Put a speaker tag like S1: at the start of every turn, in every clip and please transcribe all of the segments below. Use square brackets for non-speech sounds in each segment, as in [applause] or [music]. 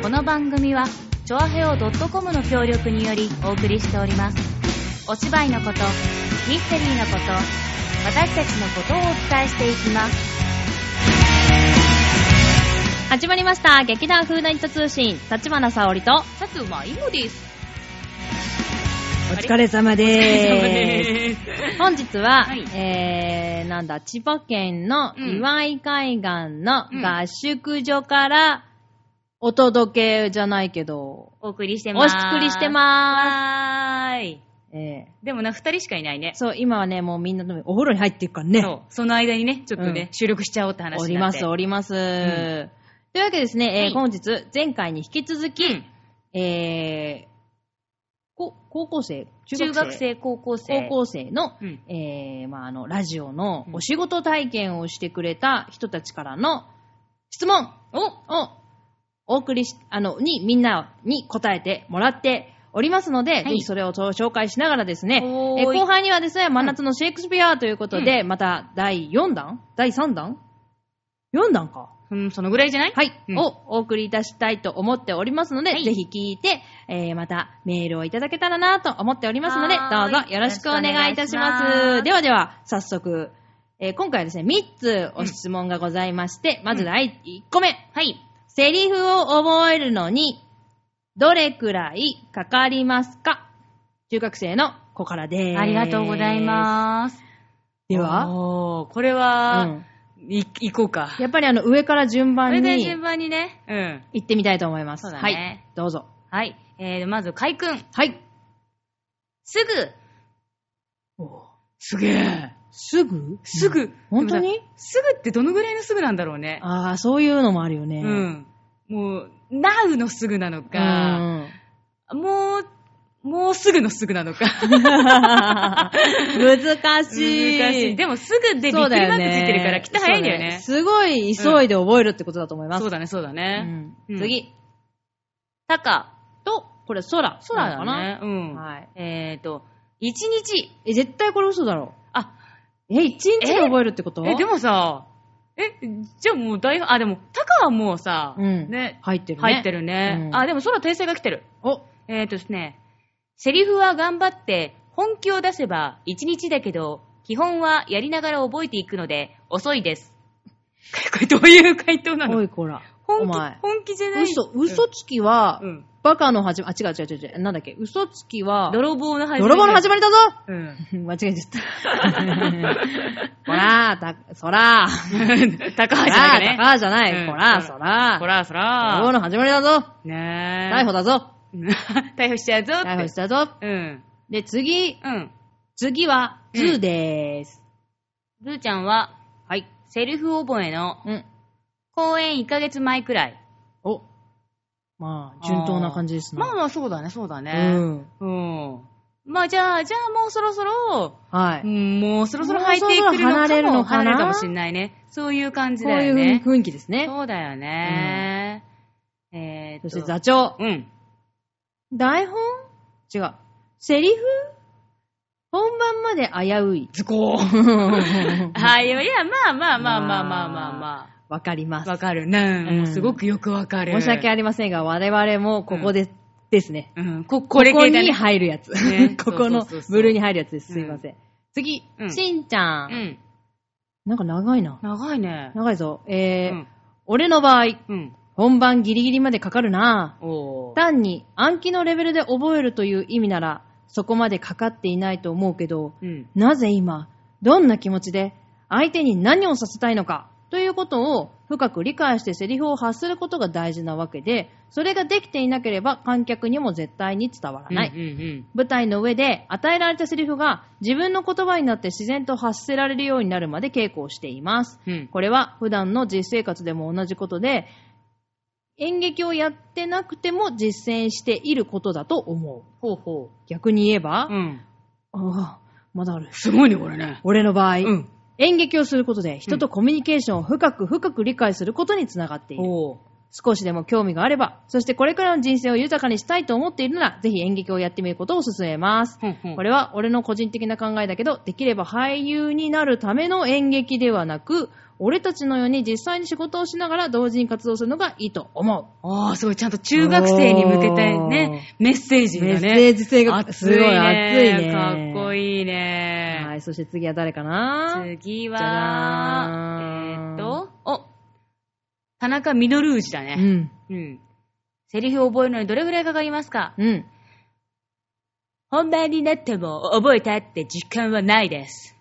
S1: 組は、チョアヘオ .com の協力によりお送りしております。お芝居のこと、ミステリーのこと、私たちのことをお伝えしていきます。
S2: 始まりました。劇団フーナイト通信、立花沙織と、
S1: さつまいもです。
S3: お疲れ様でーす。
S1: [laughs]
S2: 本日は、
S1: はい
S2: えー、なんだ、千葉県の
S1: うん
S2: 岩井海岸の
S1: うん
S2: 合宿所から、お届けじゃないけど、
S1: [laughs] お送りしてま
S2: お
S1: ーす。
S2: 作りしてま
S1: まーす。い。
S2: ーす。え
S1: でもな、二人しかいないね
S2: ー、。そう、今はね、もうみんなともお風呂に入っていくから
S1: そ
S2: ね。
S1: う。その間にね、ちょっとね、
S2: うん
S1: 収録しちゃおうって話
S2: お
S1: に
S2: り
S1: な
S2: ま
S1: って。
S2: す、おります。
S1: ん
S2: というわけでですね、えー
S1: はい
S2: 本日、前回に引き続き、
S1: うん
S2: えー、こ高校生
S1: 中学生、高校生。
S2: 高校生の、
S1: うん
S2: えーまあ、あの、ラジオのお仕事体験をしてくれた人たちからの質問を、お送りし、あの、に、みんなに答えてもらっておりますので、
S1: い
S2: ぜひそれを紹介しながらですね、え
S1: おーい
S2: ー後半にはですね、真夏のシェイクスピアということで、また第4弾第3弾 ?4 弾か。
S1: うん、そのぐらいじゃない
S2: はい、
S1: うん
S2: をお送りいたしたいと思っておりますので、
S1: はい
S2: ぜひ聞いて、えー、またメールをいただけたらなと思っておりますので、ど
S1: はーいう
S2: ぞよろしくお願いいた
S1: よろし
S2: します。
S1: くお願いします
S2: ではでは、早速、えー今回はですね、3つお質問がございまして、まず第1個目、
S1: はい。
S2: セリフを覚えるのに、どれくらいかかりますか中学生の子からです。
S1: ありがとうございます。
S2: す。では、
S1: おーこれ
S2: う
S1: は、
S2: ん、
S1: い、行こうか。
S2: やっぱりあの、上から順
S1: これ
S2: 番
S1: で
S2: に
S1: 順番にね。うん。
S2: 行ってみたいと思います。
S1: そうだね
S2: はい、どうぞ。
S1: はい。えー、まず、かいくん。
S2: はい。
S1: すぐ。すげえ。
S2: すぐ
S1: すぐ。
S2: 本当
S1: でも
S2: に
S1: さすぐってどのぐらいのすぐなんだろうね。
S2: ああ、そういうのもあるよね。
S1: うん。もう、なうのすぐなの
S2: う
S1: か、
S2: ん。 [laughs]
S1: もう、もうすぐのすぐなのか。
S2: 難
S1: 難
S2: しい。
S1: しい。でもすぐでびっ
S2: そう
S1: く
S2: だ
S1: り
S2: よ
S1: マークつ
S2: ね
S1: いてるから、来た早いんだよね。
S2: そうだよねすごい急いで覚えるってことだと思います。
S1: そうだね、そうだ
S2: う
S1: ね。
S2: ん
S1: うん
S2: 次。
S1: たか、
S2: と、これ空。
S1: 空
S2: な
S1: だ
S2: のかな。
S1: ね。うん。
S2: はい。
S1: えっと、一日。
S2: え、絶対これ嘘だろ。
S1: あ、
S2: え、一日で覚えるってこと
S1: え、で、もさ、え、じゃあもう大、あ、でも、たかはもうさ、
S2: うん。
S1: ね、
S2: 入ってるね。
S1: 入ってるね。
S2: うん
S1: あ、でも空訂正が来てる。
S2: お、
S1: えっ、とですね、セリフは頑張って、本気を出せば一日だけど、基本はやりながら覚えていくので、遅いです。 [laughs] これどういう回答な
S2: お
S1: の
S2: いこら。お
S1: 本気
S2: 前、。
S1: 本気じゃない。
S2: 嘘、嘘つきは
S1: う、ん。
S2: バカの始まり、あ、違う違う違う違う。なんだっけ、嘘つきは、
S1: 泥棒の始まり。
S2: 泥棒の始まりだぞ
S1: まり。うん。
S2: [laughs] 間違えちゃった。 [laughs] こらー、た、そらー。
S1: 高
S2: こ
S1: 橋
S2: ら
S1: だ
S2: ー、
S1: ね。
S2: [laughs] たかーじゃな
S1: うん
S2: い。こらー、そら
S1: こ
S2: ー。
S1: らそ
S2: 泥棒
S1: ら。
S2: の始まりだぞ。
S1: ねえ。
S2: 逮捕。だぞ。
S1: [laughs] 逮捕しちゃうぞって。
S2: 逮捕したぞ。
S1: うん。
S2: で、次、
S1: うん。
S2: 次は、ズーでーす。
S1: ずーちゃんは、
S2: はい。
S1: セリフ覚えの
S2: うん。
S1: 公演1ヶ月前くらい。
S2: お。まあ、順当な感じですね。
S1: まあまあ、そうだね、そうだ
S2: う
S1: ね。
S2: ん。
S1: うん。まあ、じゃあ、じゃあもうそろそろ、
S2: はい。こ
S1: うんもうそろそろ入ってくるのかも
S2: もうそろそろ離れるのかな
S1: 離れるかもしんないね。そういう感じ
S2: う
S1: だ
S2: い
S1: よ
S2: う
S1: ね。
S2: 雰囲気ですね。
S1: そうだよね。えー
S2: そ
S1: っ
S2: して
S1: と、
S2: 座長。
S1: う
S2: [laughs]
S1: ん。
S2: 台本違う。セリフ本番まで危うい。
S1: 図工。はい、いや、まあまあまあまあまあまあま
S2: わかりま
S1: あ。
S2: す
S1: わ。かるな。
S2: うん
S1: もうすごくよくわかる。
S2: 申し訳ありませんが、我々もここで、ですね。
S1: うん、こ、こ
S2: こ
S1: れ
S2: こ
S1: 系だね
S2: に。入るやつ。
S1: ね
S2: [laughs] ここの
S1: そうそうそうそう
S2: ブルーに入るやつです。すいません。次、
S1: うん
S2: しんちゃん,、
S1: うん。
S2: なんか長いな。
S1: 長いね。
S2: 長いぞ。
S1: う
S2: えー
S1: ん。
S2: 俺の場合、
S1: うん。
S2: 本番ギリギリまでかかるな
S1: おー。
S2: 単に暗記のレベルで覚えるという意味なら、そこまでかかっていないと思うけど、
S1: うん。
S2: なぜ今、どんな気持ちで、相手に何をさせたいのか、ということを深く理解してセリフを発することが大事なわけで、それができていなければ観客にも絶対に伝わらない。
S1: うんうん
S2: 舞台の上で与えられたセリフが自分の言葉になって自然と発せられるようになるまで稽古をしています。
S1: うん。うん。
S2: これは普段の実生活でも同じことで、演劇をやってなくても実践していることだと思う。
S1: ほうほ
S2: 逆に言えば
S1: う。、うん。
S2: ああ、まだある。
S1: すごいね、これね。
S2: 俺の場合、
S1: うん。
S2: 演劇をすることで人とコミュニケーションを深く深く理解することにつながっている。
S1: おー。
S2: 少しでも興味があれば、そしてこれからの人生を豊かにしたいと思っているなら、ぜひ演劇をやってみることを勧めます。
S1: ふんふん
S2: これは俺の個人的な考えだけど、できれば俳優になるための演劇ではなく、俺たちのように実際に仕事をしながら同時に活動するのがいいと思う。
S1: ああ、すごい。ちゃんと中学生に向けてね、メッセージだ
S3: メ
S1: ね。
S3: ッセージ性がす
S1: 熱
S3: ご
S1: い
S3: い熱い
S1: ね
S3: ね。。
S1: かっこ
S3: い
S1: いい
S2: は
S1: ね。
S2: い、そして次は誰かな
S1: 次
S2: じゃ
S1: は、えーっ
S2: らーん
S1: と、お、田中ミドルージだ
S2: う
S1: ね。
S2: ん。
S1: うん。セリフを覚えるのにどれぐらいかかりますか
S2: うん。
S1: 本番になっても覚えたって実感はないです。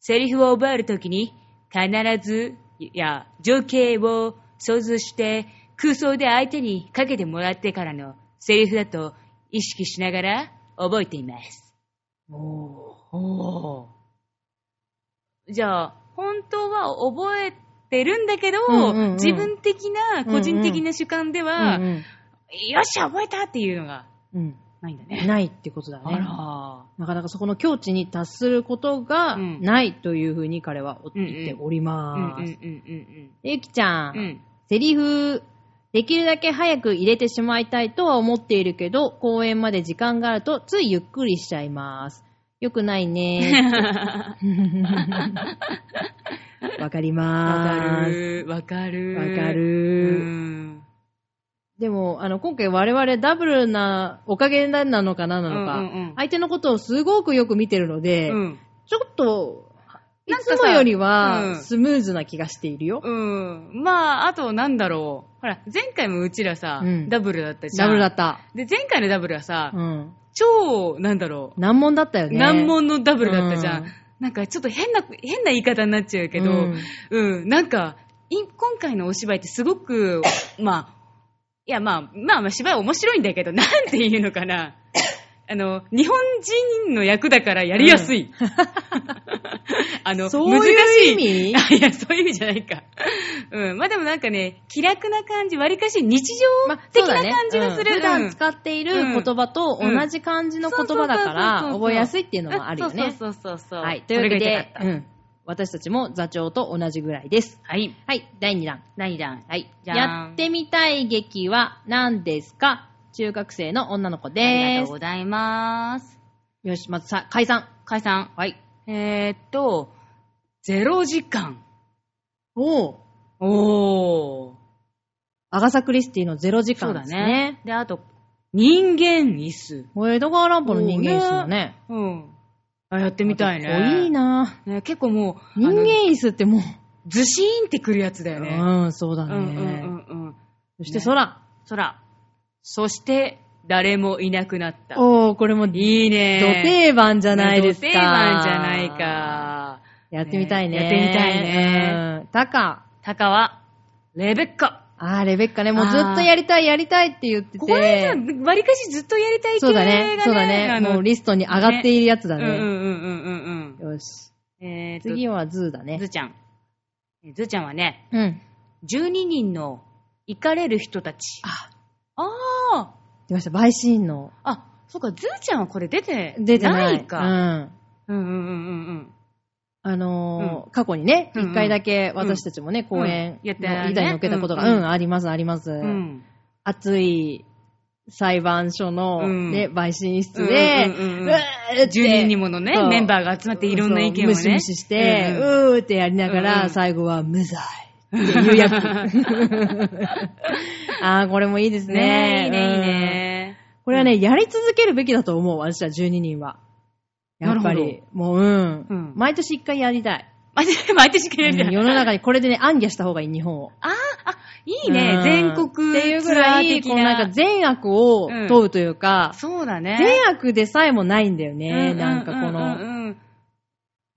S1: セリフを覚えるときに必ず、いや、情景を想像して空想で相手にかけてもらってからのセリフだと意識しながら覚えています。おーじゃあ、本当は覚えてるんだけど、
S2: うんうんうん
S1: 自分的な、個人的な主観では、
S2: うんうん
S1: よっしゃ、覚えたっていうのが
S2: うん。
S1: ないんだね。
S2: ないってことだね。
S1: ら
S2: なかなかそこの境地に達することが
S1: うん
S2: ないというふうに彼は言っており
S1: うん
S2: ま
S1: うんうん
S2: す。
S1: うん
S2: ゆきちゃ、
S1: うんん。うん。
S2: セリフ、できるだけ早く入れてしまいたいとは思っているけど、公演まで時間があるとついゆっくりしちゃいます。よくな
S1: [laughs]
S2: いね。
S3: わかり
S1: わか
S3: まーす。
S1: る。わかる。
S3: わか
S1: う
S3: る。
S1: ん。
S2: でも、あの、今回我々ダブルなおかげなのかななのか、
S1: うんうんうん
S2: 相手のことをすごくよく見てるので、
S1: うん。
S2: ちょっと、い
S1: なんかさ
S2: つもより
S1: うん
S2: はスムーズな気がしているよ。
S1: うん。まあ、あと、なんだろう。ほら、前回もうちらさ、
S2: うん
S1: ダブルだったじゃん。
S2: ダブルだった。
S1: で、前回のダブルはさ、
S2: うん。
S1: 超、なんだろう。
S2: 難問だったよね。
S1: 難問のダブルだったじゃん。
S2: うん
S1: なんか、ちょっと変な、変な言い方になっちゃうけど、う
S2: うんん、
S1: なんか、い今回のお芝居ってすご
S2: [coughs]
S1: く、まあ、いや、まあ、まあ、まあ、芝居面白いんだけど、 [laughs] なんていうのかな。あの、日本人の役だからやりやすい。 [laughs] あの、
S2: そういう
S1: [laughs]
S2: 意味 [laughs]
S1: 難しい。いや、そういう意味じゃないか。うん。まあでもなんかね、気楽な感じ、わりかし日常的な感じがする。
S2: 普
S1: うん
S2: 段使っている言葉と同じ感じの言
S1: そ
S2: 葉だか
S1: うそうそうそう
S2: ら、
S1: そう
S2: 覚えやすいっていうのもあるよね。
S1: そうそうそうそう。
S2: はい。というわけ
S1: それが言い
S2: で
S1: た、かっ
S2: う
S1: た
S2: ん私たちも座長と同じぐらいです。
S1: はい。
S2: はい。第2弾。
S1: 第2弾。はい。じゃあ。
S2: やってみたい劇は何ですか中学生の女の子
S1: ありが
S2: で
S1: とう
S2: す。
S1: ございます。
S2: よし、まずさ、解散。
S1: 解散。
S2: はい。
S1: えー、っと、ゼロ時間。
S2: おお。
S1: おー。
S2: アガサ・クリスティのゼロ時
S1: そう
S2: 間
S1: だ
S2: です
S1: ね。
S2: ね。
S1: で、あと、人間椅子。
S2: これ江戸川乱歩の人間椅子だね。
S1: うん。あ、やってみたいね。
S2: かっこいいな
S1: ね結構もう、
S2: 人
S1: あの
S2: 間椅子ってもう。
S1: ずしーんってくるやつだよね。
S2: うん、そうだ
S1: うん
S2: ね。
S1: うんうんうん。
S2: そして空。
S1: 空。そして、誰もいなくなった。
S2: おー、これも、ど
S1: いいね。
S2: 定番じゃないですか。
S1: ド定番じゃない。か。
S2: やってみたいね。
S1: ねやってみたいね
S2: うん。タカ。
S1: タカは、レベッカ。
S2: あー、レベッカね、もうずっとやりたい、やりたいって言ってて。
S1: ここでさ、わりかしずっとやりたい系
S2: そうだ
S1: が
S2: ね
S1: ね。、
S2: そうだね。もうリストに上がっているやつだ
S1: ト
S2: ね。
S1: うんうんうんうんうん
S2: よし。
S1: うん。えーと、
S2: 次はズーだね
S1: ズ。ちゃん。えズちゃんはね、
S2: うん。
S1: 12人の行かれる人たち。
S2: あ、
S1: ああ
S2: 出ました。陪審の。
S1: ー。あ、そうか、ズーちゃんはこれ出て
S2: 出てない。
S1: か。
S2: うん。
S1: うんうんうんうん
S2: あのー
S1: う
S2: 過去にね、一、
S1: うんうん
S2: 回だけ私たちもね、公演
S1: うんや
S2: の
S1: ってたね
S2: 依頼を受けたことが、
S1: う
S2: うんん、
S1: うん
S2: あります、あります。
S1: うん。うん。
S2: 暑い裁判所の、
S1: うん
S2: ね、陪審室で、
S1: うんうんうんうん
S2: わー
S1: 10
S2: って
S1: 人にものね
S2: そ、う
S1: メンバーが集まっていろんな意見をね。
S2: そうムシムシして、う
S1: うん
S2: ーってやりなが
S1: うん
S2: ら、
S1: うん
S2: 最後は無罪。ってい
S1: [laughs]
S2: う役。あーこれもいいです
S1: うんねえ、い
S2: ね。
S1: いね、いい
S2: うん
S1: ね。
S2: これはね、やり続けるべきだと思う、私は12人は。やっぱ
S1: なる
S2: り。もう、うん、
S1: うん
S2: 毎年一回やりたい。
S1: 毎年、毎年決め
S2: うん
S1: る
S2: 世の中にこれでね、暗記した方がいい、日本を。
S1: あーあ、いいね。全国
S2: っていうぐ
S1: ツア
S2: ら
S1: ー
S2: い、
S1: 的
S2: こうなんか
S1: な。
S2: 善悪を問うというか、
S1: そうだね。
S2: 善悪でさえもないんだよね、なんかこ
S1: う
S2: の、
S1: ん
S2: う
S1: う
S2: ん。
S1: ん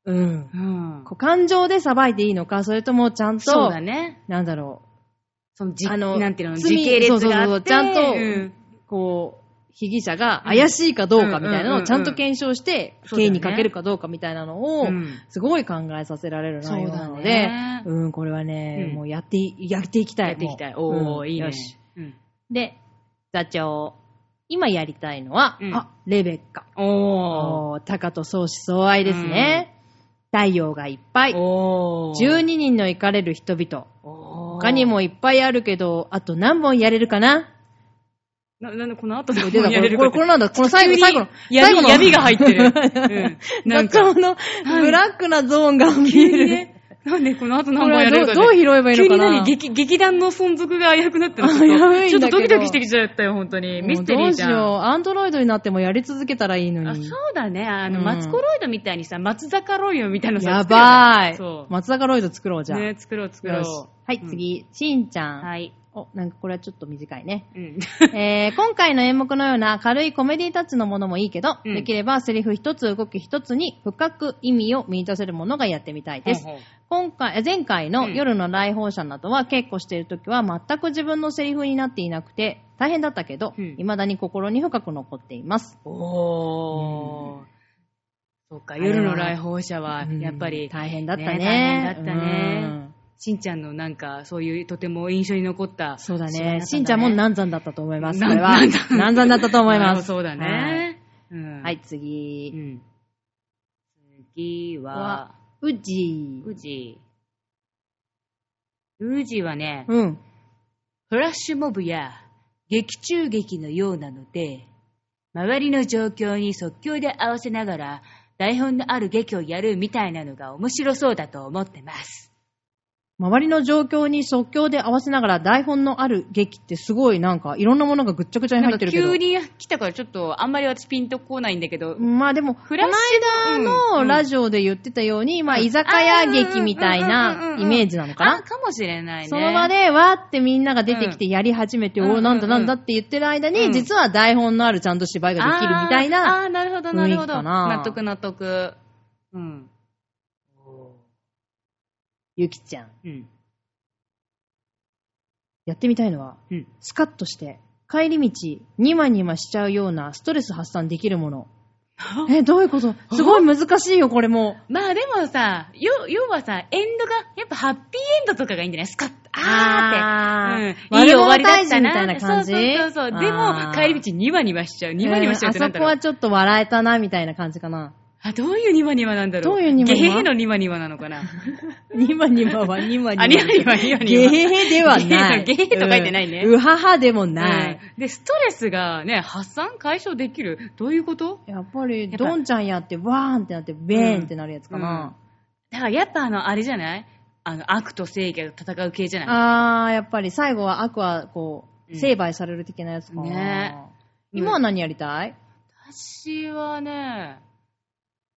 S1: うんうん。
S2: こう感情で裁いていいのか、それともちゃん
S1: そう
S2: と
S1: だ、ね。
S2: なんだろ
S1: そのじ、
S2: あの
S1: なんていうの、時
S2: 罪
S1: 系列があって。
S2: そうそうそうちゃんと
S1: うん
S2: う、こう、被疑者が怪しいかどうかみたいなのをちゃんと検証して、
S1: そうだよ
S2: 刑
S1: ね
S2: にかけるかどうかみたいなのを、すごい考えさせられる内容な
S1: そ
S2: の
S1: うだ
S2: で
S1: ね、
S2: うん、これはね、
S1: うん
S2: もうやってい、やっていきたい。
S1: やっていきたい。
S2: もう
S1: お
S2: う
S1: ー、
S2: ん
S1: いいね
S2: よし。
S1: うん
S2: で、座長、今やりたいのは、
S1: うん
S2: あ、レベッカ。
S1: おー。
S2: おータカと相思相愛ですね。太陽がいっぱい。
S1: おー。
S2: 12人の行かれる人々。
S1: おー
S2: 他にもいっぱいあるけど、あと何本やれるかな
S1: な、なんでこの後で
S2: 出た、これ、これ、これなんだ、この最後、最後の、最
S1: 闇、
S2: 後の、
S1: 闇が入ってる。
S2: [laughs]
S1: うん。なん
S2: 中
S1: か、
S2: のブラックなゾーンが見
S1: 急
S2: え
S1: に
S2: る。
S1: ね、なんでこの後
S2: こ
S1: 何
S2: れ
S1: 本や
S2: は
S1: れ
S2: ど
S1: る
S2: う
S1: か
S2: どう拾えばいい
S1: 急
S2: のか
S1: に
S2: な
S1: 何劇劇団の存続が危うくなってる
S2: あ
S1: ちょっ
S2: やばい
S1: と
S2: んだけ
S1: ちょ
S2: ど
S1: っとドキドキしてきちゃったよ、本当に。ミステリーじゃ
S2: もうどうしよ
S1: ん。
S2: う。アンドロイドになってもやり続けたらいいの
S1: あ、そ
S2: に。
S1: うだね。あの、
S2: うん
S1: マツコロイドみたいにさ、松坂ロイドみたいなのさ
S2: やばい
S1: 作るよね。
S2: 松坂ロイド作ろう、じ
S1: そ
S2: ゃ
S1: う。
S2: あ。
S1: ね、作ろう作ろ
S2: よ
S1: う
S2: し。はい、
S1: うん。
S2: 次、しんちゃん。
S1: はい。
S2: お、なんかこれはちょっと短い
S1: [laughs]
S2: ね。
S1: うん。
S2: えー、今回の演目のような軽いコメディタッチのものもいいけど、
S1: うん
S2: できればセリフ一つ動き一つに深く意味を見出せるものがやってみたいです。
S1: ほうほう
S2: 今回、え前回
S1: う
S2: の
S1: ん
S2: 夜の来訪者などは稽古している時は全く自分のセリフになっていなくて大変だったけど、
S1: うん
S2: 未だに心に深く残っています。
S1: おー。そうか、
S2: あれは
S1: 夜の来訪者は、やっぱ
S2: うん
S1: り、
S2: 大変だったね。
S1: ね大変だったね
S2: うん
S1: しんちゃんのなんか、そういうとても印象に残った。
S2: そうだ
S1: シーン
S2: ね
S1: った。
S2: しんちゃんも難産だったと思います。
S1: な
S2: これは
S1: 難産。
S2: 難産だったと思いま
S1: [laughs] あ
S2: す。
S1: そうだね。うん
S2: はい。はい、
S1: う
S2: 次。
S1: ん。次は
S2: は、うじ。
S1: 宇治。宇治はね、
S2: うん。
S1: フラッシュモブや劇中劇のようなので、周りの状況に即興で合わせながら、台本のある劇をやるみたいなのが面白そうだと思ってます。
S2: 周りの状況に即興で合わせながら台本のある劇ってすごいなんかいろんなものがぐっちゃぐちゃに
S1: な
S2: 入
S1: んか
S2: ってるけど。
S1: 急に来たからちょっとあんまり私ピンとこないんだけど、
S2: まあでも、こ
S1: フラッ
S2: の
S1: シュ
S2: 間のラ
S1: ジ
S2: ジオで言ってたように、まあ居酒屋劇みたいなイメージなのか
S1: あ、
S2: な。
S1: かもしれないね。
S2: その場でわーってみんなが出てきてやり始めて、
S1: うん
S2: おーなんだなんだって言ってる間に、
S1: うん
S2: 実は台本のあるちゃんと芝居ができるみたい
S1: あ
S2: な。
S1: ーあー、なるほど、なるほ
S2: 雰囲気
S1: ど。
S2: かな
S1: 納得、納得。うん。
S2: ゆきちゃん。
S1: うん。
S2: やってみたいのは、
S1: うん。
S2: スカッとして、帰り道、ニマニマしちゃうようなストレス発散できるもの。え、どういうことすごい難しいよ、これも。
S1: まあでもさ、よ、要はさ、エンドが、やっぱハッピーエンドとかがいいんじゃないスカッと、あーって。うん、いい終わりだったな。
S2: みたいな感じ。
S1: そうそうそうそう。でも、帰り道ニマニマしちゃう。ニマニマしちゃうってなんだろう。
S2: あそこはちょっと笑えたな、みたいな感じかな。
S1: あ、どういうニマニマなんだろう。
S2: どういうニマニマ
S1: ゲヘヘのニマニマなのかな。
S2: ニマニマはニマニマ。
S1: あニマニマニマニマ
S2: ゲヘヘではない。
S1: ゲヘヘゲヘヘと書いてないね
S2: うんうははでもない。
S1: うんで、ストレスがね、発散解消できる。どういうこと
S2: やっぱり、
S1: やっぱ
S2: ドンちゃんやって、わーんってなって、ベーンってなるやつかな。
S1: だからやっぱあの、あれじゃないあの、悪と正義が戦う系じゃない
S2: あー、やっぱり最後は悪は、こ
S1: うん
S2: う、成敗される的なやつかな。
S1: ねうん
S2: 今は何やりたい
S1: 私はね、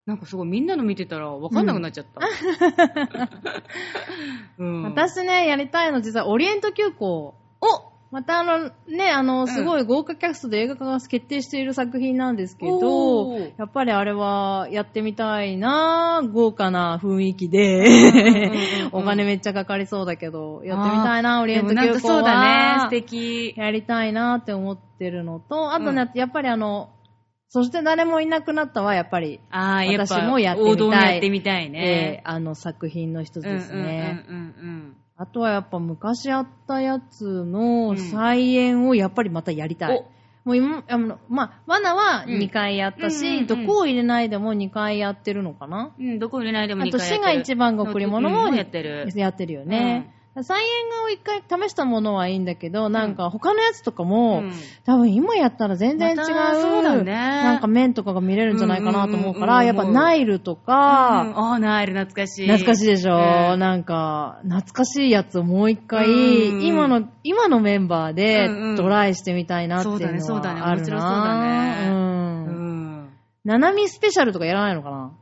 S1: なんかすごいみんなの見てたら分かんなくなっちゃった。 [laughs] うん、
S2: 私ね、やりたいの実はオリエント急行。
S1: お
S2: またあのね、あ
S1: ん
S2: の、すごい豪華キャストで映画化が決定している作品なんですけ
S1: お
S2: ど
S1: ー、
S2: やっぱりあれはやってみたいな豪華な雰囲気
S1: ん
S2: で、
S1: うん
S2: お金めっちゃかかりそうだけど、やってみたいなオリエント急行は。
S1: でもなんかそうだね、素敵。
S2: やりたいなって思ってるのと、あとね、
S1: うん
S2: やっぱりあの、そして誰もいなくなったは、やっぱり、
S1: ああ、やっぱ
S2: 私もやってみたい
S1: 王道にやってみたいね。
S2: えーあの作品の一つですね。
S1: うんうんうんうん
S2: あとはやっぱ昔あったやつ
S1: うん
S2: の再演をやっぱりまたやりたい。
S1: お
S2: もう今、あの、まあ、罠は
S1: うん
S2: 2回やったし、
S1: うんうんうん
S2: どこを入れないでも2回やってるのかな、
S1: うん。うん、どこ入れないでも
S2: あ
S1: 2
S2: と、
S1: 回
S2: 市が一番が贈り物も
S1: やってる。
S2: やってるよね。再演が一回試したものはいいんだけど、なんか他のやつとか
S1: う
S2: も、
S1: ん
S2: 多分今やったら全然違う。
S1: またそうだね
S2: なんか面とかが見れるんじゃないかなと思うか
S1: う
S2: ら、
S1: んうん
S2: や
S1: う
S2: っ
S1: んうん
S2: ぱナイル
S1: う
S2: と
S1: ん
S2: か、
S1: あーナイル懐かしい。
S2: 懐かしいでしょ、
S1: うん
S2: なんか、懐かしいやつをもう一回、
S1: うんうん
S2: 今の、今のメンバーで
S1: うんうん
S2: トライしてみたいなっていうのはあるな。
S1: そうだねそうだね面白そうだね
S2: うん。
S1: うん。
S2: ナナミスペシャルとかやらないのかな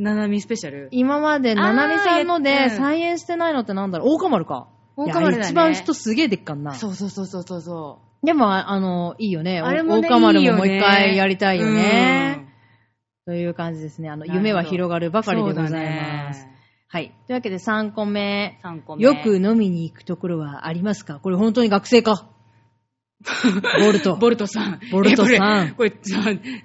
S1: ななみスペシャル。
S2: 今までナナミさんの
S1: あーやっ
S2: で
S1: うん
S2: 再演してないのってなんだろう大カマルか。
S1: 大カマルだね
S2: いや一番人すげえでっかんな。
S1: そうそうそうそうそうそ
S2: でも、ああの、いいよね。
S1: う。あれも
S2: 大
S1: ね、
S2: カマル
S1: いいよ
S2: も
S1: ね
S2: もう一回やりたいよね。
S1: うん
S2: という感じですね。あの、
S1: なるほど
S2: 夢は広がるばかりでございます。
S1: そうだね
S2: はい。というわけで3個目。
S1: 3個目。
S2: よく飲みに行くところはありますかこれ本当に学生
S1: [laughs]
S2: かボルト。
S1: ボルトさん。
S2: ボルトさん
S1: いやこれ、これさ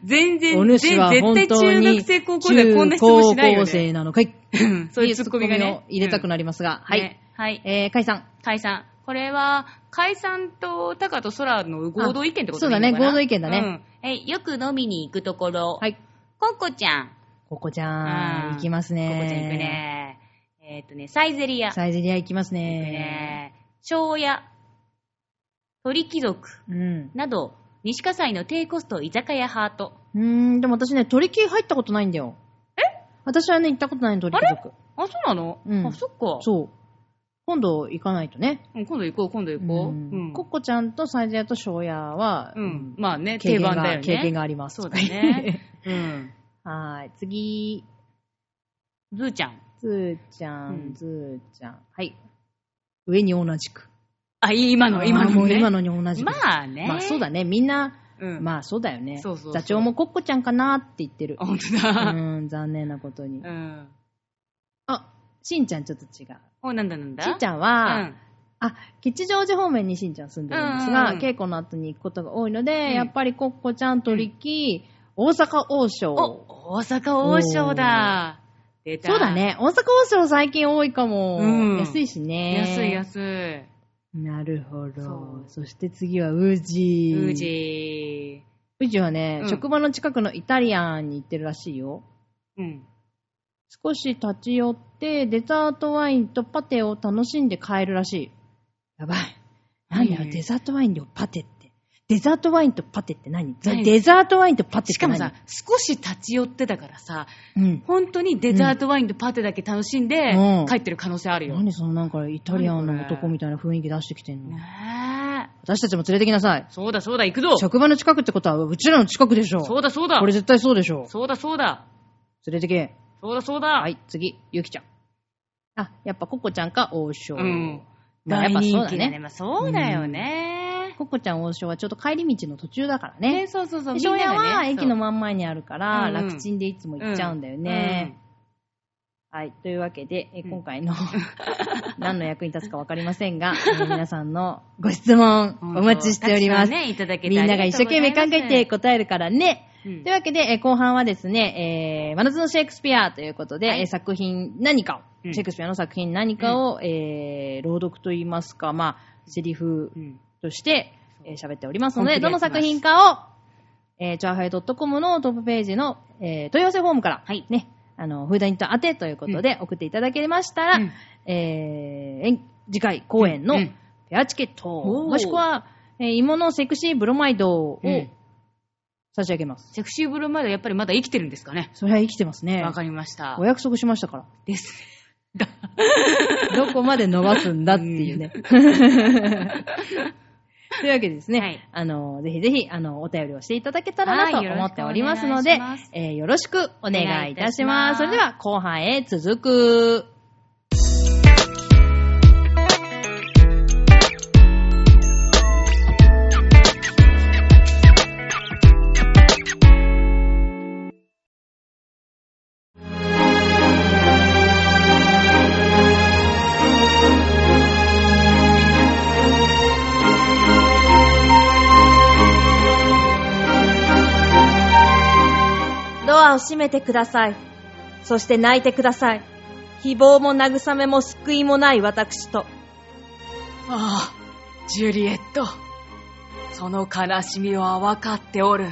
S1: 全然、
S2: お主は
S1: 全
S2: 本
S1: 絶対
S2: 当
S1: 中
S2: に
S1: 学生、高校生、こんな質問しないよ
S2: 中高校生
S1: ね。
S2: なのかい
S1: うんそういう
S2: と
S1: ツッコミがね
S2: を。入れたく
S1: な
S2: なりますが。はい。
S1: はい。
S2: えー、解散。
S1: 解散。これは、解散とタカとソラの合同意見ってこと
S2: あそうだね
S1: いいのかな
S2: 合同意見だね
S1: うんえ、よく飲みに行くところ。
S2: はい。
S1: ココちゃん。
S2: ここちゃん、行きますね。
S1: ココちゃん行く。ね。えーっとね、サイゼリア。
S2: サイゼリア行きま
S1: 行
S2: す
S1: く
S2: ね。
S1: ね。庄屋、鳥貴族
S2: うん。
S1: など、西葛西の低コスト居酒屋ハート。
S2: うーん、でも私ね、鳥系入ったことないんだよ。え私はね、行ったことないの、鳥貴族。
S1: あ、そうなの、
S2: うん
S1: あ、そっか。
S2: そう。今度行かないとね。
S1: うん今度行こう、今度行こう。うん
S2: コッコちゃんとサイズ屋と庄屋は、
S1: うん。まあね、
S2: 経
S1: 定
S2: 験が
S1: 番だよね。
S2: 経験があります。
S1: そうだね。うん。
S2: はい。次、
S1: ズーちゃん。
S2: ずーちゃ
S1: うん
S2: ん、ずーちゃん。はい。上に同じく。
S1: あ、いい今の、今
S2: あーも
S1: の
S2: う
S1: ね。
S2: 今のに同じく。
S1: まあね。
S2: まあそうだね。みんな、
S1: うん。
S2: まあそうだよね。
S1: そうそうそう
S2: 座長もコッコちゃんかなって言
S1: [laughs]
S2: ってる
S1: あ、。本当
S2: う
S1: だ。
S2: ーん、残念なことに
S1: う。ん。
S2: あ、しんちゃんちょっと違う。
S1: お、なんだなんだ
S2: しんち
S1: ゃん
S2: ゃんは、あ、吉祥寺方面にしんちゃん住んでるんです
S1: うんう
S2: が、
S1: んうん
S2: 稽古の後に行くことが多いので、
S1: うん
S2: やっぱりコッコちゃんと力、大阪王将。
S1: お、大阪王将だ。出た。
S2: そうだ。ね。大阪王将最近多いかも。
S1: うん
S2: 安いしね。
S1: 安い安
S2: なるほど。
S1: そう
S2: そして次は宇
S1: い。
S2: 治。
S1: う。じ
S2: 宇治はね、
S1: うん
S2: 職場の近くのイタリアンに行ってるらしいよ。
S1: うん。
S2: 少し立ち寄って、デザートワインとパテを楽しんで帰るらしい。やばい。なんだよ、
S1: 何
S2: デザートワインとパテって。デザートワインとパテって何ザ
S1: 何
S2: デザートワインとパテって何
S1: しかもさ、、少し立ち寄ってたからさ、
S2: うん。
S1: 本当にデザートワインとパテだけ楽しんで
S2: うん、
S1: 帰ってる可能性あるよ。ね
S2: 何そのなんかイタリアンの男みたいな雰囲気出してきてんの
S1: え。
S2: 私たちも連れてきなさい。
S1: そうだそうだ、行くぞ
S2: 職場の近くってことは、うちらの近くでしょ。
S1: そうだそうだ
S2: これ絶対そうでしょ。
S1: そうだそうだ
S2: 連れてけ。
S1: そうだそうだ
S2: はい、次、ゆきちゃん。あ、やっぱココちゃんか王将。
S1: うん。
S2: まあ、や
S1: 大
S2: っぱ
S1: 人気
S2: そう
S1: だ
S2: だ
S1: ね。
S2: ね。
S1: まあそうだよね。
S2: ココちゃん王将はちょっと帰り道の途中だから
S1: ね、
S2: ね。
S1: そうそうそう。
S2: で庄
S1: みん
S2: 屋
S1: なが
S2: は
S1: ね
S2: 駅の真ん前にあるから、
S1: うんうん
S2: 楽ちんでいつも行っちゃうんだよね。。はい、というわけで、え
S1: うん
S2: 今回
S1: [laughs]
S2: の何の役に立つかわかりませんが、えー皆さんのご質問
S1: そう
S2: お待ちしております。
S1: たくさんね、いただけ
S2: みんなが一生懸命考えて
S1: く。
S2: 答えるからね。
S1: うん
S2: というわけで、えー後半はですね、えー、真夏のシェイクスピアということで、
S1: はい
S2: えー作品何かを、
S1: うん
S2: シェイクスピアの作品何かを、えー朗読といいますか、まあ、セリフ
S1: うん
S2: として
S1: そう
S2: えー喋、っておりますの
S1: 本気
S2: で、
S1: で
S2: ど
S1: やってま
S2: の
S1: す
S2: 作品かを、えー、チョアヘイ .com のトップページの、えー問い合わせフォームから、
S1: はい
S2: ね、あの、フーダニット宛てということで送っていただけましたら、
S1: うん
S2: えーえん次回公演の
S1: うん
S2: ペアチケット、
S1: おー
S2: もしくは、えー芋のセクシーブロマイドを
S1: うん
S2: 差し上げます。
S1: セクシーブルーマイドやっぱりまだ生きてるんですかね。
S2: それは生きてますね
S1: わ。かりました
S2: お。約束しましたから。
S1: です。
S2: [laughs] どこまで伸ばすんだっていうね。 [laughs] というわけでですね、
S1: はい
S2: あの、ぜひぜひ、あの、お便りをしていただけたらなと
S1: はいよろしく
S2: 思っておりますので、
S1: お願いします
S2: えーよろしくお願いいたします。そ
S1: お願いいたします
S2: れでは、後半へ続く。
S3: ドアを閉めてください。そして泣いてください。希望も慰めも救いもない私と。
S1: ああ、ジュリエット。その悲しみは分かっておる。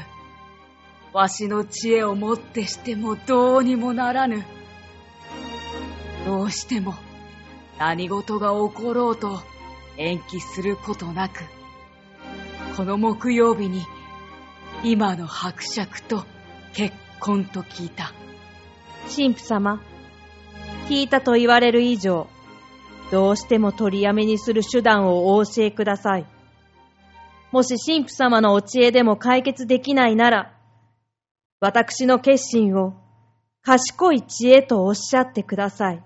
S1: わしの知恵をもってしてもどうにもならぬ。どうしても何事が起ころうと延期することなく、この木曜日に今の伯爵と結婚と聞いた。
S3: 神父様、聞いたと言われる以上、どうしても取りやめにする手段をお教えください。もし神父様のお知恵でも解決できないなら、私の決心を賢い知恵とおっしゃってください。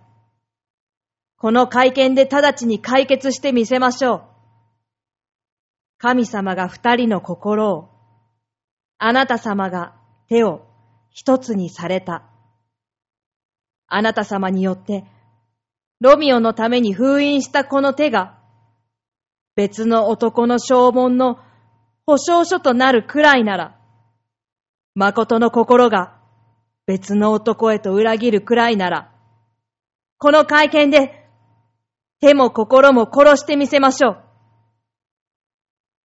S3: この会見で直ちに解決してみせましょう。神様が二人の心を、あなた様が手を一つにされた。あなた様によって、ロミオのために封印したこの手が、別の男の証文の保証書となるくらいなら、誠の心が別の男へと裏切るくらいなら、この会見で、手も心も殺してみせましょう。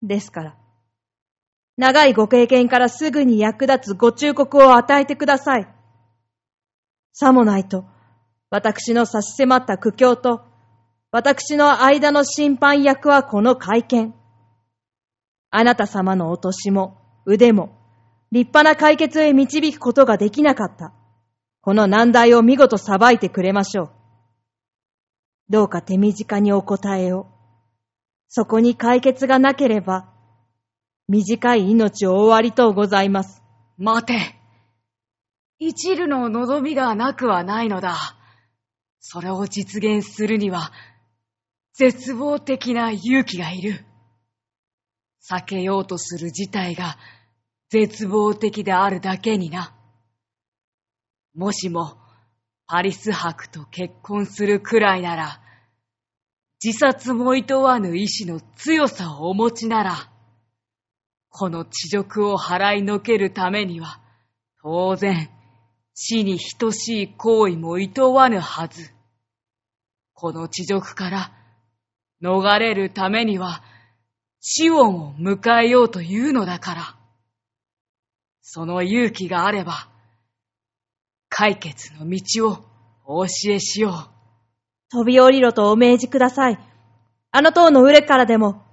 S3: ですから、長いご経験からすぐに役立つご忠告を与えてください。さもないと、私の差し迫った苦境と、
S2: 私の間の審判役はこの会見。あなた様のお年も腕も立派な解決へ導くことができなかった。この難題を見事裁いてくれましょう。どうか手短にお答えを。そこに解決がなければ、短い命を終わりとうございます。
S1: 待て。一縷の望みがなくはないのだ。それを実現するには、絶望的な勇気がいる。避けようとする事態が絶望的であるだけにな。もしも、パリス博と結婚するくらいなら、自殺も厭わぬ意志の強さをお持ちなら、この恥辱を払いのけるためには、当然、死に等しい行為も厭わぬはず。この恥辱から逃れるためには、死音を迎えようというのだから。その勇気があれば、解決の道をお教えしよう。
S2: 飛び降りろとお命じください。あの塔の上からでも、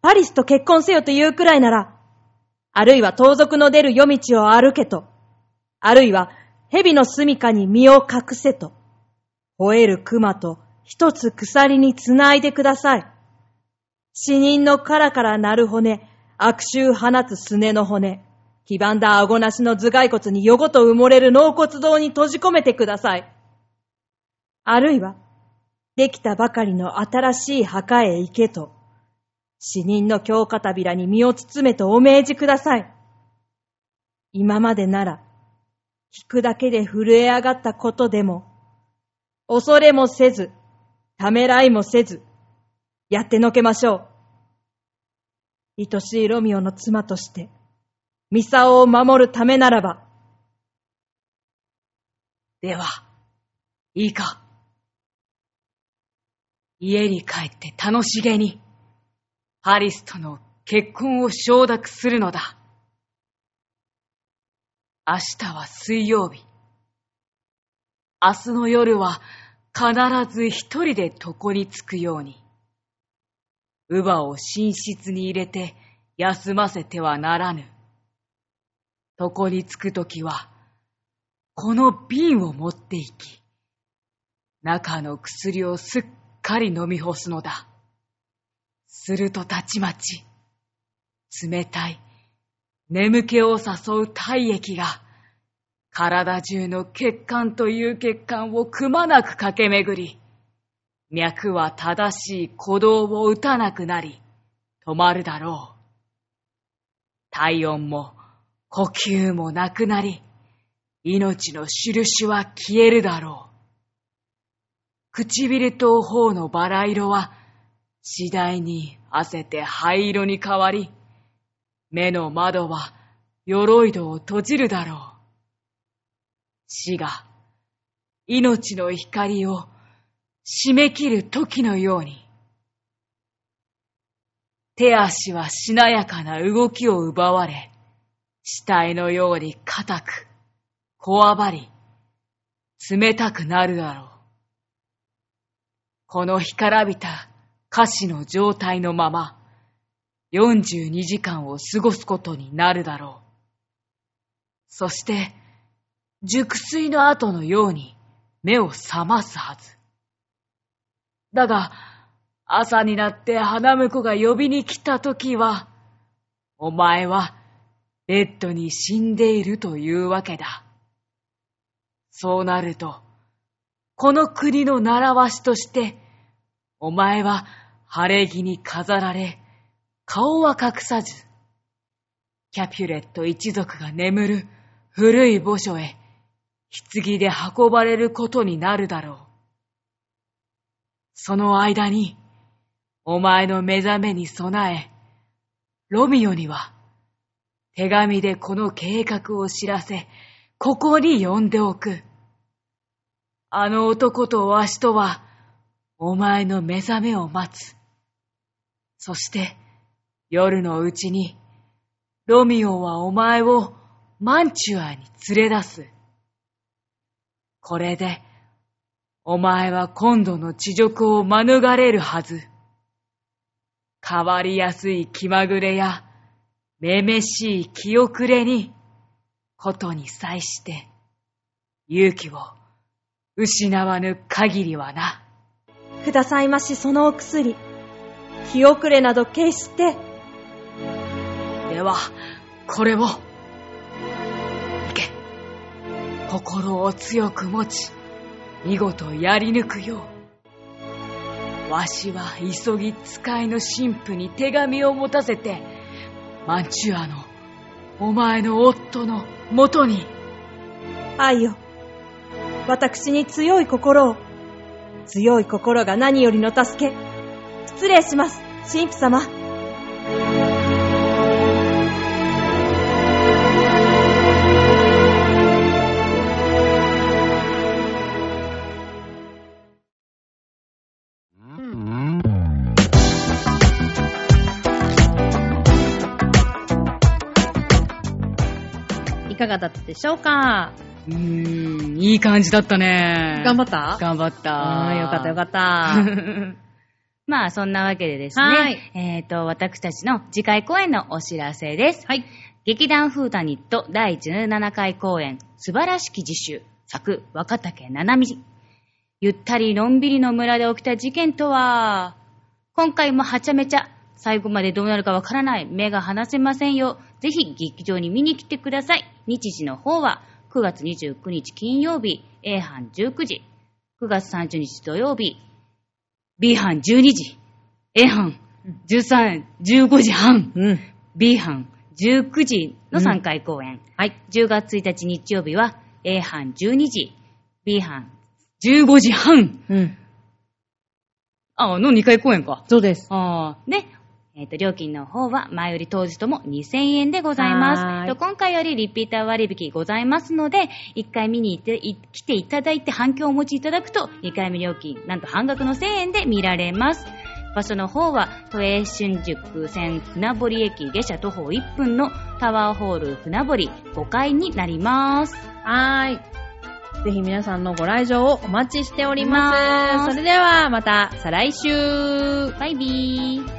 S2: パリスと結婚せよというくらいなら、あるいは盗賊の出る夜道を歩けと、あるいは蛇の住処に身を隠せと、吠える熊と一つ鎖につないでください。死人のカラカラ鳴る骨、悪臭放つすねの骨、黄ばんだ顎なしの頭蓋骨によごと埋もれる納骨堂に閉じ込めてください。あるいは、できたばかりの新しい墓へ行けと、死人の強肩びらに身を包めとお命じください。今までなら、聞くだけで震え上がったことでも、恐れもせず、ためらいもせず、やってのけましょう。愛しいロミオの妻として、ミサオを守るためならば、
S1: では、いいか。家に帰って楽しげに、ハリスとの結婚を承諾するのだ。明日は水曜日。明日の夜は必ず一人で床に着くように。乳母を寝室に入れて休ませてはならぬ。床に着くときは、この瓶を持って行き、中の薬をすっかり飲み干すのだ。するとたちまち、冷たい、眠気を誘う体液が、体中の血管という血管をくまなく駆け巡り、脈は正しい鼓動を打たなくなり、止まるだろう。体温も呼吸もなくなり、命の印は消えるだろう。唇と頬のバラ色は次第に汗て灰色に変わり、目の窓は鎧戸を閉じるだろう。死が命の光を締め切る時のように、手足はしなやかな動きを奪われ、死体のように硬く、こわばり、冷たくなるだろう。この干からびた歌詞の状態のまま、42時間を過ごすことになるだろう。そして、熟睡の後のように目を覚ますはず。だが、朝になって花婿が呼びに来た時は、お前はベッドに死んでいるというわけだ。そうなると、この国の習わしとして、お前は晴れ着に飾られ、顔は隠さず、キャピュレット一族が眠る古い墓所へ、棺で運ばれることになるだろう。その間に、お前の目覚めに備え、ロミオには、手紙でこの計画を知らせ、ここに呼んでおく。あの男とわしとは、お前の目覚めを待つ。そして、夜のうちに、ロミオはお前をマンチュアに連れ出す。これで、お前は今度の地獄を免れるはず。変わりやすい気まぐれや、めめしい気遅れに、ことに際して、勇気を失わぬ限りはな。
S2: くださいましそのお薬。気遅れなど決して、
S1: では、これを。行け。心を強く持ち、見事やり抜くよう。わしは急ぎ使いの神父に手紙を持たせて、マンチュアの、お前の夫の元に、
S2: 愛よ。私に強い心を。強い心が何よりの助け。失礼します、神父様。
S4: いかがだったでしょうか
S1: うーん、いい感じだったね。
S4: 頑張った
S1: 頑張った。
S4: うん、よかったよかった。
S3: まあ、そんなわけでですね、
S4: はい
S3: えっ、と、私たちの次回公演のお知らせです。
S4: はい。
S3: 劇団フータニット第17回公演、素晴らしき自主、作、若竹七海。ゆったりのんびりの村で起きた事件とは、今回もはちゃめちゃ、最後までどうなるかわからない、目が離せませんよ。ぜひ劇場に見に来てください。日時の方は、9月29日金曜日、A 班19時、9月30日土曜日、B 班12時、A 班13、15時半。
S4: うん。
S3: B 班19時の3回公演、
S4: はい。
S3: 10月1日日曜日は A 班12時 B 班15時半
S4: うん。
S3: あの2回公演か
S4: そうです。
S3: あーで、えっと料金の方は前より当時とも2000円でございま
S4: はーい
S3: すと今回よりリピーター割引ございますので1回見に行ってい来ていただいて反響をお持ちいただくと2回目料金なんと半額の1000円で見られます場所の方は都営新宿線船堀駅下車徒歩1分のタワーホール船堀5階になります
S4: はーい。ぜひ皆さんのご来場をお待ちしており
S3: おり
S4: ま
S3: ます
S4: す。それではまた、再来週
S3: バイビー